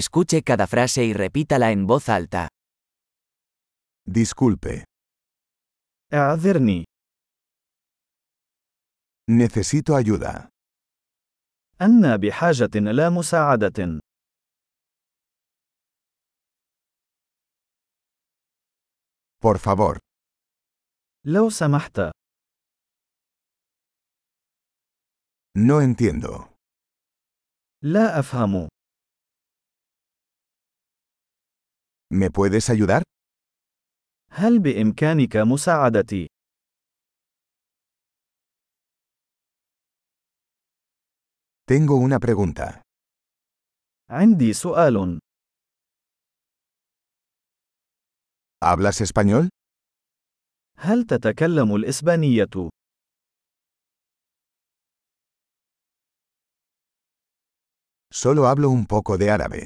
Escuche cada frase y repítala en voz alta. Disculpe, اعذرني necesito ayuda. أنا بحاجة إلى مساعدة Por favor, لو سمحت no entiendo. لا أفهم ¿Me puedes ayudar? هل بإمكانك مساعدتي Tengo una pregunta. عندي سؤال ¿Hablas español? هل تتكلم الإسبانية Solo hablo un poco de árabe.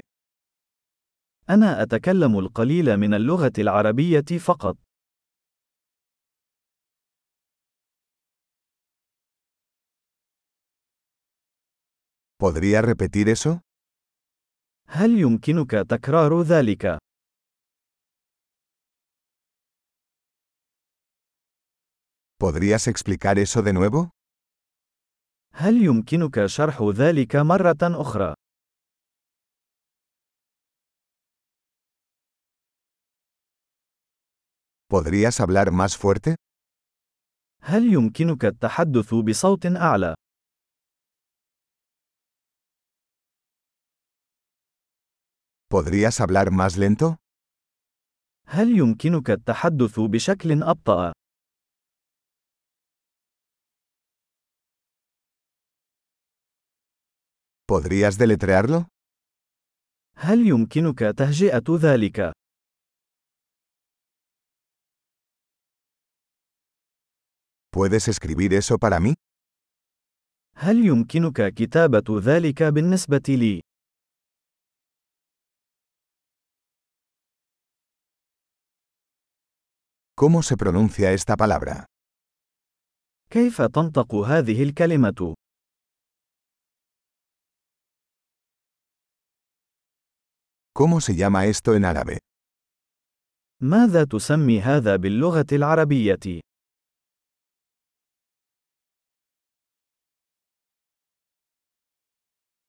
أنا أتكلم القليل من اللغة العربية فقط ¿Podría repetir eso? هل يمكنك تكرار ذلك ¿Podrías explicar eso de nuevo? هل يمكنك شرح ذلك مرة أخرى ¿Podrías hablar más fuerte? هل يمكنك التحدث بصوت أعلى ¿Podrías hablar más lento? هل يمكنك التحدث بشكل أبطأ ¿Podrías deletrearlo? هل يمكنك تهجئة ذلك ¿Puedes escribir eso para mí? هل يمكنك كتابة ذلك بالنسبة لي؟ ¿Cómo se pronuncia esta palabra? كيف تنطق هذه الكلمة؟ ¿Cómo se llama esto en árabe? ماذا تسمي هذا باللغة العربية؟